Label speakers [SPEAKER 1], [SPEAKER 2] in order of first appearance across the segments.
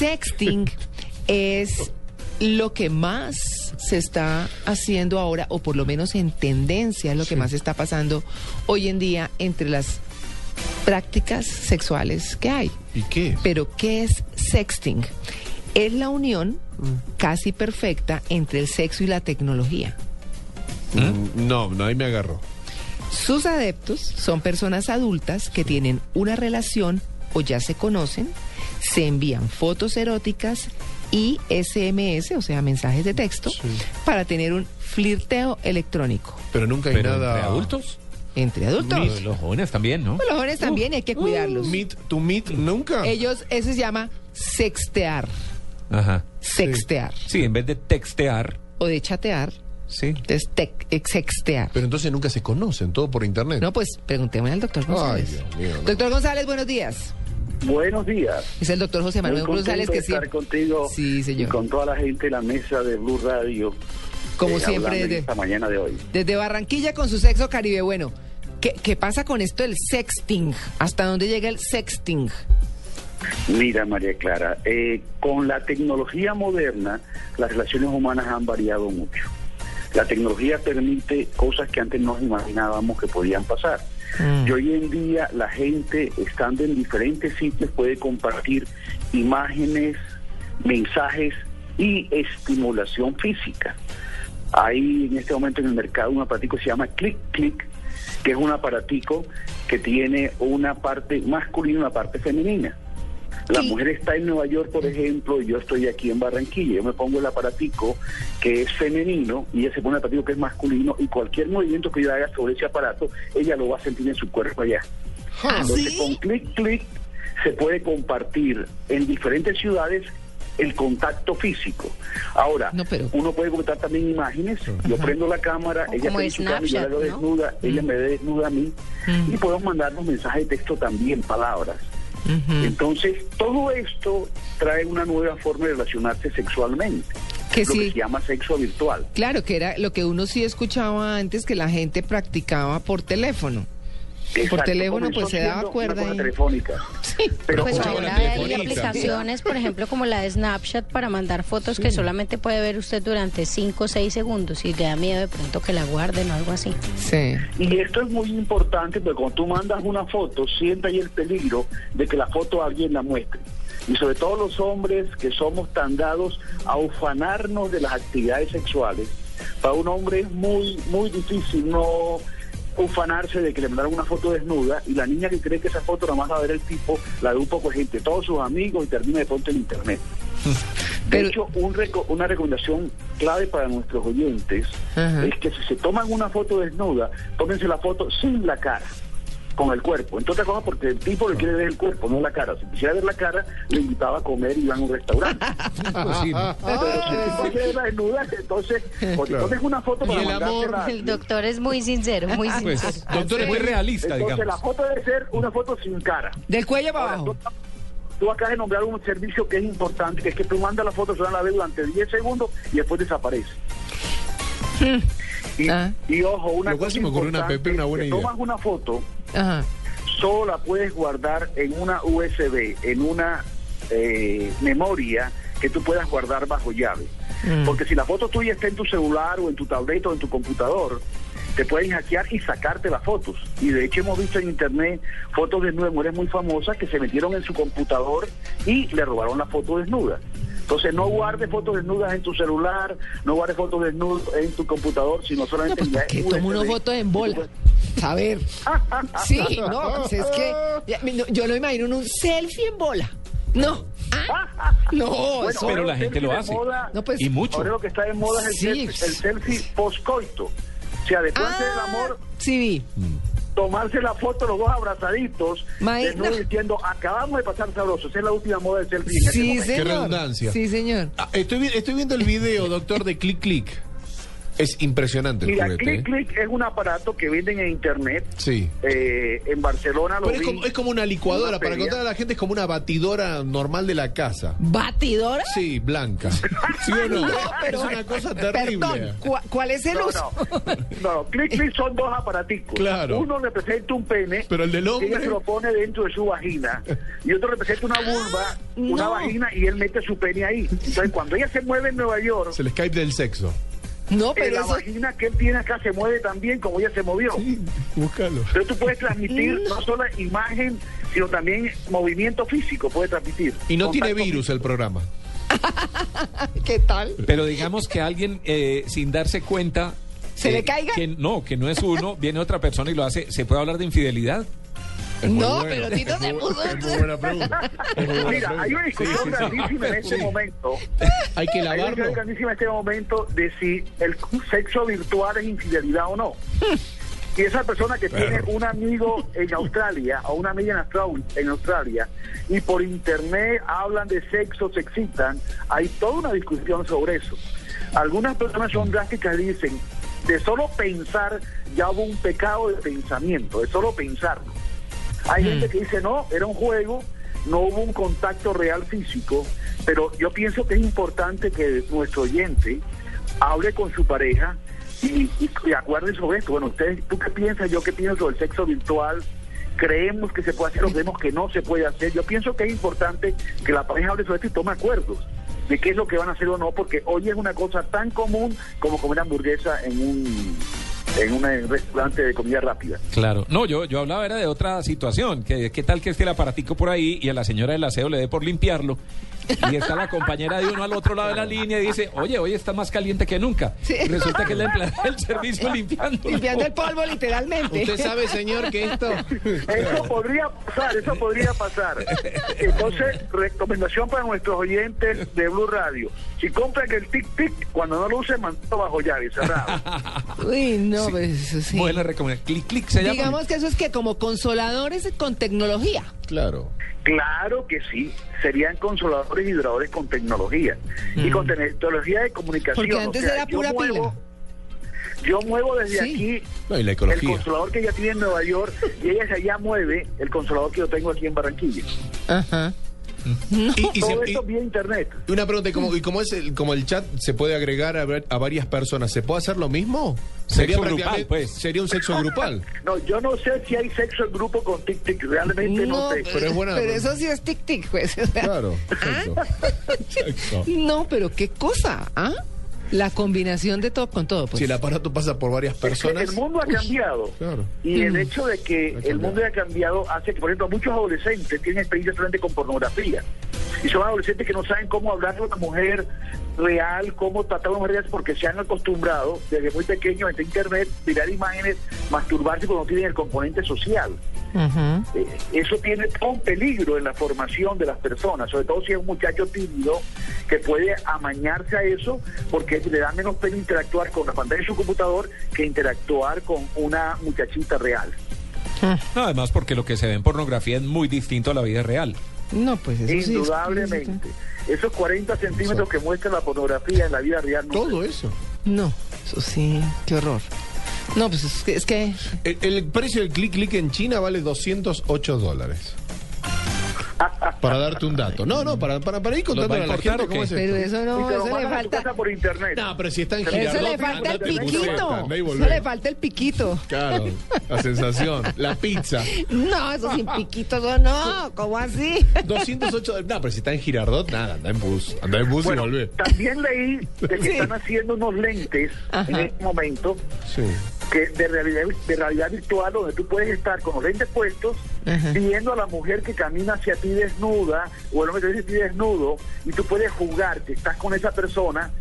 [SPEAKER 1] Sexting es lo que más se está haciendo ahora, o por lo menos en tendencia, es lo que más está pasando hoy en día entre las prácticas sexuales que hay.
[SPEAKER 2] ¿Y qué es?
[SPEAKER 1] Pero, ¿qué es sexting? Es la unión casi perfecta entre el sexo y la tecnología.
[SPEAKER 2] Mm, No, no, ahí me agarró.
[SPEAKER 1] Sus adeptos son personas adultas que tienen una relación o ya se conocen, se envían fotos eróticas y SMS, o sea, mensajes de texto, para tener un flirteo electrónico
[SPEAKER 2] Pero nunca hay
[SPEAKER 3] Pero
[SPEAKER 2] nada.
[SPEAKER 3] entre adultos.
[SPEAKER 1] entre adultos.
[SPEAKER 3] Los, los jóvenes también, ¿no?
[SPEAKER 1] Los jóvenes también hay que
[SPEAKER 4] Uh,
[SPEAKER 1] cuidarlos.
[SPEAKER 2] Meet to meet, nunca.
[SPEAKER 1] Ellos, eso se llama sextear,
[SPEAKER 3] Ajá.
[SPEAKER 1] sextear,
[SPEAKER 3] Sí, en vez de textear,
[SPEAKER 1] o de chatear,
[SPEAKER 3] sí.
[SPEAKER 1] es tec- es sextear.
[SPEAKER 2] Pero entonces nunca se conocen, todo por internet.
[SPEAKER 1] No, pues preguntémosle al doctor González.
[SPEAKER 2] Dios mío, no.
[SPEAKER 1] Doctor González, buenos días.
[SPEAKER 4] Buenos días.
[SPEAKER 1] Es el doctor José
[SPEAKER 4] Muy
[SPEAKER 1] Manuel
[SPEAKER 4] contento
[SPEAKER 1] González
[SPEAKER 4] de
[SPEAKER 1] que
[SPEAKER 4] estar
[SPEAKER 1] siempre-
[SPEAKER 4] contigo
[SPEAKER 1] Sí, señor.
[SPEAKER 4] y con toda la gente en la mesa de Blue Radio.
[SPEAKER 1] Como
[SPEAKER 4] eh,
[SPEAKER 1] siempre,
[SPEAKER 4] hablando en
[SPEAKER 1] desde-
[SPEAKER 4] esta mañana de hoy.
[SPEAKER 1] Desde Barranquilla con su sexo caribe. Bueno, ¿qué, qué pasa con esto del sexting? ¿Hasta dónde llega el sexting?
[SPEAKER 4] Mira, María Clara, eh, con la tecnología moderna, las relaciones humanas han variado mucho. La tecnología permite cosas que antes no imaginábamos que podían pasar. Y hoy en día la gente, estando en diferentes sitios, puede compartir imágenes, mensajes y estimulación física. Hay en este momento en el mercado un aparatico que se llama Click Click, que es un aparatico que tiene una parte masculina y una parte femenina. La
[SPEAKER 1] Sí.
[SPEAKER 4] mujer está en Nueva York, por ejemplo, y yo estoy aquí en Barranquilla. Yo me pongo el aparatico que es femenino y ella se pone el aparatico que es masculino y cualquier movimiento que yo haga sobre ese aparato, ella lo va a sentir en su cuerpo allá.
[SPEAKER 1] ¿Ah,
[SPEAKER 4] Entonces,
[SPEAKER 1] sí?
[SPEAKER 4] con clic, clic, se puede compartir en diferentes ciudades el contacto físico. Ahora,
[SPEAKER 1] No, pero-
[SPEAKER 4] uno puede comentar también imágenes. Yo prendo la cámara,
[SPEAKER 5] O
[SPEAKER 4] ella
[SPEAKER 5] como
[SPEAKER 4] prende su cámara, yo la
[SPEAKER 5] Snapchat,
[SPEAKER 4] veo
[SPEAKER 5] ¿no?
[SPEAKER 4] desnuda, ella me ve desnuda a mí. Y podemos mandarnos mensajes de texto también, palabras.
[SPEAKER 1] Mm.
[SPEAKER 4] Entonces, todo esto trae una nueva forma de relacionarse sexualmente.
[SPEAKER 1] Que
[SPEAKER 4] lo
[SPEAKER 1] sí.
[SPEAKER 4] que se llama sexo virtual.
[SPEAKER 1] Claro, que era lo que uno sí escuchaba antes que la gente practicaba por teléfono. por
[SPEAKER 4] Exacto,
[SPEAKER 1] teléfono
[SPEAKER 4] comenzó
[SPEAKER 1] pues se daba
[SPEAKER 4] siendo una
[SPEAKER 1] cuerda.
[SPEAKER 4] cosa
[SPEAKER 1] ahí.
[SPEAKER 4] telefónica. Pero
[SPEAKER 5] Pues
[SPEAKER 2] Oye,
[SPEAKER 5] ahora
[SPEAKER 2] la
[SPEAKER 5] hay
[SPEAKER 2] telefonita.
[SPEAKER 5] aplicaciones, por ejemplo, como la de Snapchat para mandar fotos que solamente puede ver usted durante 5 o 6 segundos y le da miedo de pronto que la guarden o algo así.
[SPEAKER 1] Sí.
[SPEAKER 4] Y esto es muy importante porque cuando tú mandas una foto, siempre hay el peligro de que la foto alguien la muestre. Y sobre todo los hombres que somos tan dados a ufanarnos de las actividades sexuales. Para un hombre es muy, muy difícil no ufanarse de que le mandaron una foto desnuda y la niña que cree que esa foto nada más la va a ver el tipo, la de un poco de gente, todos sus amigos y termina de pronto en internet. De
[SPEAKER 1] Pero-
[SPEAKER 4] hecho, un reco- una recomendación clave para nuestros oyentes
[SPEAKER 1] Ajá.
[SPEAKER 4] es que si se toman una foto desnuda, tómense la foto sin la cara, con el cuerpo. Entonces, ¿cómo? Porque el tipo le quiere ver el cuerpo, no la cara. Si quisiera ver la cara, le invitaba a comer y iban a un restaurante.
[SPEAKER 1] Ah,
[SPEAKER 4] Pero si el tipo quiere ver la desnuda, entonces, o te
[SPEAKER 2] Claro.
[SPEAKER 4] tomes una foto
[SPEAKER 2] Y
[SPEAKER 4] para
[SPEAKER 2] el amor,
[SPEAKER 4] mandársela a
[SPEAKER 5] El
[SPEAKER 4] alguien.
[SPEAKER 5] doctor es muy sincero, muy
[SPEAKER 1] ah,
[SPEAKER 5] sincero.
[SPEAKER 3] Pues, doctor, es muy realista,
[SPEAKER 4] Entonces, la
[SPEAKER 3] digamos.
[SPEAKER 4] foto debe ser una foto sin cara.
[SPEAKER 1] Del cuello para
[SPEAKER 4] Ahora,
[SPEAKER 1] abajo.
[SPEAKER 4] tú, tú acabas de nombrar un servicio que es importante, que es que tú mandas la foto, se van a ver durante 10 segundos y después desaparece. Y,
[SPEAKER 1] Ah.
[SPEAKER 4] y ojo, una
[SPEAKER 2] Lo cual
[SPEAKER 4] cosa
[SPEAKER 2] se me ocurrió una,
[SPEAKER 4] importante
[SPEAKER 2] Pepe, una
[SPEAKER 4] es
[SPEAKER 2] buena
[SPEAKER 4] que
[SPEAKER 2] idea.
[SPEAKER 4] tomas una foto,
[SPEAKER 1] Ajá.
[SPEAKER 4] solo la puedes guardar en una USB, en una eh, memoria que tú puedas guardar bajo llave.
[SPEAKER 1] Mm.
[SPEAKER 4] Porque si la foto tuya está en tu celular o en tu tableta o en tu computador, te pueden hackear y sacarte las fotos. Y de hecho hemos visto en internet fotos desnudas de mujeres muy famosas que se metieron en su computador y le robaron la foto desnuda. Entonces no guardes fotos desnudas en tu celular, no guardes fotos desnudas en tu computador, sino solamente
[SPEAKER 1] No, pues
[SPEAKER 4] en la
[SPEAKER 1] ¿para qué tomo una
[SPEAKER 4] USB.
[SPEAKER 1] foto en bola? A ver. Sí, no, pues es que ya, mi- no, yo lo imagino en un selfie en bola. No. Ah, no, eso.
[SPEAKER 3] Pero la
[SPEAKER 4] el
[SPEAKER 3] gente lo
[SPEAKER 4] selfie
[SPEAKER 3] hace.
[SPEAKER 4] de moda-
[SPEAKER 1] No, pues-
[SPEAKER 3] y mucho.
[SPEAKER 4] Ahora lo que está de moda es el,
[SPEAKER 1] Sí.
[SPEAKER 4] selfie, el selfie poscoito. O sea, después del
[SPEAKER 1] Ah,
[SPEAKER 4] amor,
[SPEAKER 1] Sí, vi.
[SPEAKER 4] tomarse la foto los dos abrazaditos,
[SPEAKER 1] Maíz,
[SPEAKER 4] desnudos,
[SPEAKER 1] no.
[SPEAKER 4] diciendo, acabamos de pasar sabrosos. Esa es la última moda de selfie. en este
[SPEAKER 1] Sí,
[SPEAKER 4] momento.
[SPEAKER 1] señor.
[SPEAKER 2] redundancia.
[SPEAKER 1] Sí, señor.
[SPEAKER 2] Ah, estoy, vi- estoy viendo el video, doctor, de Click Click. Es impresionante el
[SPEAKER 4] Mira,
[SPEAKER 2] juguete.
[SPEAKER 4] Click
[SPEAKER 2] ¿eh?
[SPEAKER 4] Click es un aparato que venden en internet.
[SPEAKER 2] Sí.
[SPEAKER 4] Eh, en Barcelona lo
[SPEAKER 2] Pero es
[SPEAKER 4] vi.
[SPEAKER 2] como, es como una licuadora,
[SPEAKER 4] Una
[SPEAKER 2] para
[SPEAKER 4] feria.
[SPEAKER 2] contar a la gente es como una batidora normal de la casa.
[SPEAKER 1] ¿Batidora?
[SPEAKER 2] Sí, blanca. ¿Sí o no?
[SPEAKER 1] pero-
[SPEAKER 2] es una cosa terrible.
[SPEAKER 1] Perdón, ¿cuá- ¿cuál es el
[SPEAKER 4] No,
[SPEAKER 1] uso?
[SPEAKER 4] no, no, clic, clic son dos aparaticos.
[SPEAKER 2] Claro.
[SPEAKER 4] Uno representa un pene,
[SPEAKER 2] Pero el del
[SPEAKER 4] que
[SPEAKER 2] hombre-
[SPEAKER 4] ella se lo pone dentro de su vagina. Y otro representa una
[SPEAKER 2] Ah,
[SPEAKER 4] vulva, una
[SPEAKER 1] no.
[SPEAKER 4] vagina, y él mete su pene ahí. Entonces, cuando ella se mueve en Nueva York,
[SPEAKER 2] Se les cae del sexo.
[SPEAKER 1] No,
[SPEAKER 4] eh,
[SPEAKER 1] pero
[SPEAKER 4] la
[SPEAKER 1] eso...
[SPEAKER 4] vagina que él tiene acá se mueve también como ella se movió.
[SPEAKER 2] Sí, búscalo.
[SPEAKER 4] Entonces, tú puedes transmitir no solo imagen, sino también movimiento físico, puede transmitir.
[SPEAKER 2] Y no
[SPEAKER 4] Contacto
[SPEAKER 2] tiene virus el programa.
[SPEAKER 1] ¿Qué tal?
[SPEAKER 3] Pero digamos que alguien, eh, sin darse cuenta...
[SPEAKER 1] ¿Se le caiga?
[SPEAKER 3] Que no, que no es uno, viene otra persona y lo hace. ¿Se puede hablar de infidelidad?
[SPEAKER 2] Es muy
[SPEAKER 1] No,
[SPEAKER 2] bueno.
[SPEAKER 1] pero Tito
[SPEAKER 2] Es
[SPEAKER 1] se
[SPEAKER 2] muy-
[SPEAKER 1] puso-
[SPEAKER 2] Es muy buena pregunta. Es muy buena
[SPEAKER 4] Mira, hay una
[SPEAKER 2] pregunta.
[SPEAKER 4] discusión
[SPEAKER 2] Sí, sí, sí.
[SPEAKER 4] grandísima en este
[SPEAKER 2] Sí.
[SPEAKER 4] momento.
[SPEAKER 2] Hay que
[SPEAKER 4] Hay una discusión
[SPEAKER 2] lavarlo.
[SPEAKER 4] grandísima en este momento de si el sexo virtual es infidelidad o no. Y esa persona que tiene un amigo en Australia o una amiga en Australia, en Australia y por internet hablan de sexo, se excitan, hay toda una discusión sobre eso. Algunas personas son drásticas y dicen, de solo pensar ya hubo un pecado de pensamiento, de solo pensarlo. Hay gente que dice, no, era un juego, no hubo un contacto real físico, pero yo pienso que es importante que nuestro oyente hable con su pareja y, y, y acuerden sobre esto. Bueno, ustedes, ¿tú qué piensas? Yo qué pienso sobre el sexo virtual. Creemos que se puede hacer, o vemos que no se puede hacer. Yo pienso que es importante que la pareja hable sobre esto y tome acuerdos de qué es lo que van a hacer o no, porque hoy es una cosa tan común como comer hamburguesa en un, en un eh, restaurante de comida rápida.
[SPEAKER 3] Claro. No, yo, yo hablaba era de otra situación. Que, ¿Qué tal que esté el aparatico por ahí y a la señora del aseo le dé por limpiarlo? Y está la compañera de uno al otro lado de la línea y dice, oye, hoy está más caliente que nunca.
[SPEAKER 1] Sí.
[SPEAKER 3] Y Resulta que es la empleada del servicio limpiando.
[SPEAKER 1] Limpiando el polvo, literalmente.
[SPEAKER 2] Usted sabe, señor, que esto...
[SPEAKER 4] Eso podría pasar, eso podría pasar. Entonces, recomendación para nuestros oyentes de Blue Radio. Si compran el tic tic, cuando no lo usen, manténlo bajo llave, cerrado.
[SPEAKER 1] Uy, no, pues eso sí.
[SPEAKER 3] Buena recomendación. Clic, clic, se llama.
[SPEAKER 1] Digamos que eso es que como consoladores con tecnología.
[SPEAKER 2] Claro.
[SPEAKER 4] Claro que sí, serían consoladores y duradores con tecnología. Y con tecnología de comunicación.
[SPEAKER 1] Porque antes
[SPEAKER 4] o sea,
[SPEAKER 1] era
[SPEAKER 4] yo
[SPEAKER 1] pura pila.
[SPEAKER 4] muevo- Yo muevo desde
[SPEAKER 1] Sí.
[SPEAKER 4] aquí
[SPEAKER 2] No, y la
[SPEAKER 4] el
[SPEAKER 2] ecología.
[SPEAKER 4] consolador que ella tiene en Nueva York y ella se allá mueve el consolador que yo tengo aquí en Barranquilla.
[SPEAKER 1] Ajá.
[SPEAKER 2] Y, y se-
[SPEAKER 4] Todo
[SPEAKER 2] y-
[SPEAKER 4] esto vía internet.
[SPEAKER 2] y una pregunta, ¿y como, y como es el, como el chat se puede agregar a, ver- a varias personas, ¿se puede hacer lo mismo?
[SPEAKER 3] Sexo grupal,
[SPEAKER 2] prácticamente-
[SPEAKER 3] pues.
[SPEAKER 2] Sería un sexo grupal.
[SPEAKER 4] No, yo no sé si hay sexo en grupo con Tic Tic, realmente no, sé.
[SPEAKER 2] pero es buena-
[SPEAKER 1] pero eso sí es tic tic, pues. o sea,
[SPEAKER 2] Claro. Sexo. Sexo.
[SPEAKER 1] No, pero qué cosa, ¿ah? La combinación de todo con todo, pues.
[SPEAKER 2] Si el aparato pasa por varias personas...
[SPEAKER 4] El mundo ha cambiado.
[SPEAKER 2] claro.
[SPEAKER 4] Y el hecho de que el
[SPEAKER 2] cambiado.
[SPEAKER 4] mundo haya cambiado hace que, por ejemplo, muchos adolescentes tienen experiencias solamente con pornografía. Y son adolescentes que no saben cómo hablar con una mujer real, cómo tratar a una mujer real, porque se han acostumbrado desde muy pequeños a internet, mirar imágenes, masturbarse cuando tienen el componente social.
[SPEAKER 1] Ajá.
[SPEAKER 4] Eh, eso tiene todo un peligro en la formación de las personas, sobre todo si es un muchacho tímido que puede amañarse a eso porque le da menos pena interactuar con la pantalla de su computador que interactuar con una muchachita real.
[SPEAKER 3] No, además porque lo que se ve en pornografía es muy distinto a la vida real.
[SPEAKER 1] No, pues eso sí. es-
[SPEAKER 4] Indudablemente. Esos 40 centímetros que muestra la pornografía en la vida real no
[SPEAKER 2] Todo eso.
[SPEAKER 1] No, eso sí, qué horror. No, pues es que, es que
[SPEAKER 2] El, el precio del clic clic en China vale 208 dólares. Para darte un dato. No, no, para, para, para ir
[SPEAKER 3] ¿Los va a
[SPEAKER 2] contándole a la
[SPEAKER 3] importar
[SPEAKER 2] gente
[SPEAKER 3] o qué?
[SPEAKER 2] cómo es esto.
[SPEAKER 1] pero eso
[SPEAKER 4] Y
[SPEAKER 1] no,
[SPEAKER 4] te lo
[SPEAKER 1] eso le
[SPEAKER 4] mandan a tu casa
[SPEAKER 1] falta
[SPEAKER 4] por internet.
[SPEAKER 2] No, pero si está en
[SPEAKER 1] eso
[SPEAKER 2] Girardot,
[SPEAKER 1] le falta el
[SPEAKER 2] andate en
[SPEAKER 1] piquito.
[SPEAKER 2] buseta, andá y
[SPEAKER 1] Eso
[SPEAKER 2] volvé.
[SPEAKER 1] le falta el piquito.
[SPEAKER 2] Claro, la sensación, la pizza.
[SPEAKER 1] No, eso sin piquito, eso no, ¿cómo así?
[SPEAKER 2] 208 dólares. No, pero si está en Girardot, nada, anda en bus. Anda en bus
[SPEAKER 4] Bueno,
[SPEAKER 2] y volvé.
[SPEAKER 4] también leí de que
[SPEAKER 1] Sí.
[SPEAKER 4] están haciendo unos lentes en este momento
[SPEAKER 2] Sí.
[SPEAKER 4] que de realidad, de realidad virtual donde tú puedes estar con los lentes puestos viendo a la mujer que camina hacia ti desnuda o el hombre que camina hacia ti desnudo y tú puedes jugar que estás con esa persona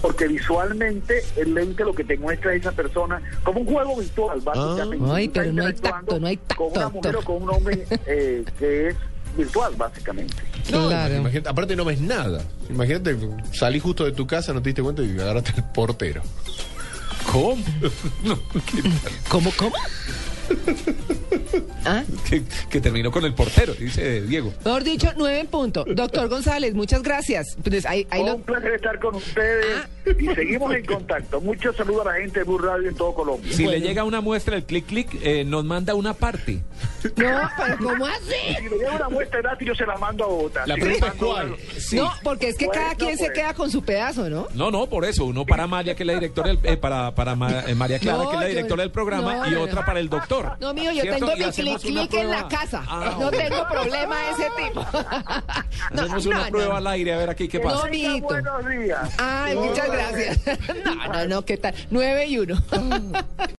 [SPEAKER 4] porque visualmente el lente lo que te muestra es esa persona como un juego virtual básicamente.
[SPEAKER 1] Ah. Ay,
[SPEAKER 4] Tú estás
[SPEAKER 1] pero no hay
[SPEAKER 4] interactuando
[SPEAKER 1] tacto, no hay tacto,
[SPEAKER 4] Con una mujer
[SPEAKER 1] doctor.
[SPEAKER 4] o con un hombre eh, que es virtual básicamente.
[SPEAKER 2] No,
[SPEAKER 1] Claro.
[SPEAKER 2] imagínate, aparte no ves nada. Imagínate, salí justo de tu casa, no te diste cuenta y agarraste el portero.
[SPEAKER 3] ¿Cómo?
[SPEAKER 1] ¿Cómo, cómo? ¿Ah?
[SPEAKER 3] que, que terminó con el portero, dice Diego.
[SPEAKER 1] Mejor dicho, nueve en punto. Doctor González, muchas gracias. Pues ahí- ahí lo- Ah.
[SPEAKER 4] Un placer estar con ustedes y seguimos en contacto. Muchos saludos a la gente de Blue Radio en todo Colombia.
[SPEAKER 3] Si le llega una muestra del clic clic, eh, nos manda una parte.
[SPEAKER 1] No, pero ¿cómo así?
[SPEAKER 4] Si le llega una muestra gratis, yo se la mando a Bogotá.
[SPEAKER 3] La
[SPEAKER 4] Si
[SPEAKER 3] pregunta
[SPEAKER 4] le
[SPEAKER 3] es
[SPEAKER 4] mando
[SPEAKER 3] cuál.
[SPEAKER 4] algo-
[SPEAKER 3] Sí.
[SPEAKER 1] No, porque es que
[SPEAKER 4] Pues,
[SPEAKER 1] cada
[SPEAKER 4] no,
[SPEAKER 1] quien se
[SPEAKER 4] pues.
[SPEAKER 1] queda con su pedazo, ¿no?
[SPEAKER 3] No, no, por eso. Uno para Amalia, que es la directora, del- eh, para, para Ma- eh, María Clara,
[SPEAKER 1] No,
[SPEAKER 3] que es la
[SPEAKER 1] yo-
[SPEAKER 3] directora del programa,
[SPEAKER 1] no,
[SPEAKER 3] y
[SPEAKER 1] no,
[SPEAKER 3] otra
[SPEAKER 1] no.
[SPEAKER 3] para el doctor.
[SPEAKER 1] No, mío, yo
[SPEAKER 3] ¿Cierto?
[SPEAKER 1] tengo
[SPEAKER 3] Y
[SPEAKER 1] mi clic
[SPEAKER 3] hacemos una
[SPEAKER 1] clic en la
[SPEAKER 3] prueba.
[SPEAKER 1] casa.
[SPEAKER 3] Ah,
[SPEAKER 1] no
[SPEAKER 3] ok.
[SPEAKER 1] tengo problema de ese tipo. No,
[SPEAKER 3] Hacemos
[SPEAKER 1] no,
[SPEAKER 3] una
[SPEAKER 1] no,
[SPEAKER 3] prueba
[SPEAKER 1] no.
[SPEAKER 3] al aire a ver aquí qué
[SPEAKER 1] No,
[SPEAKER 3] pasa.
[SPEAKER 4] Venga,
[SPEAKER 1] amiguito.
[SPEAKER 4] Buenos días.
[SPEAKER 1] Ay, muchas gracias. No, no, no, ¿qué tal? Nueve y uno.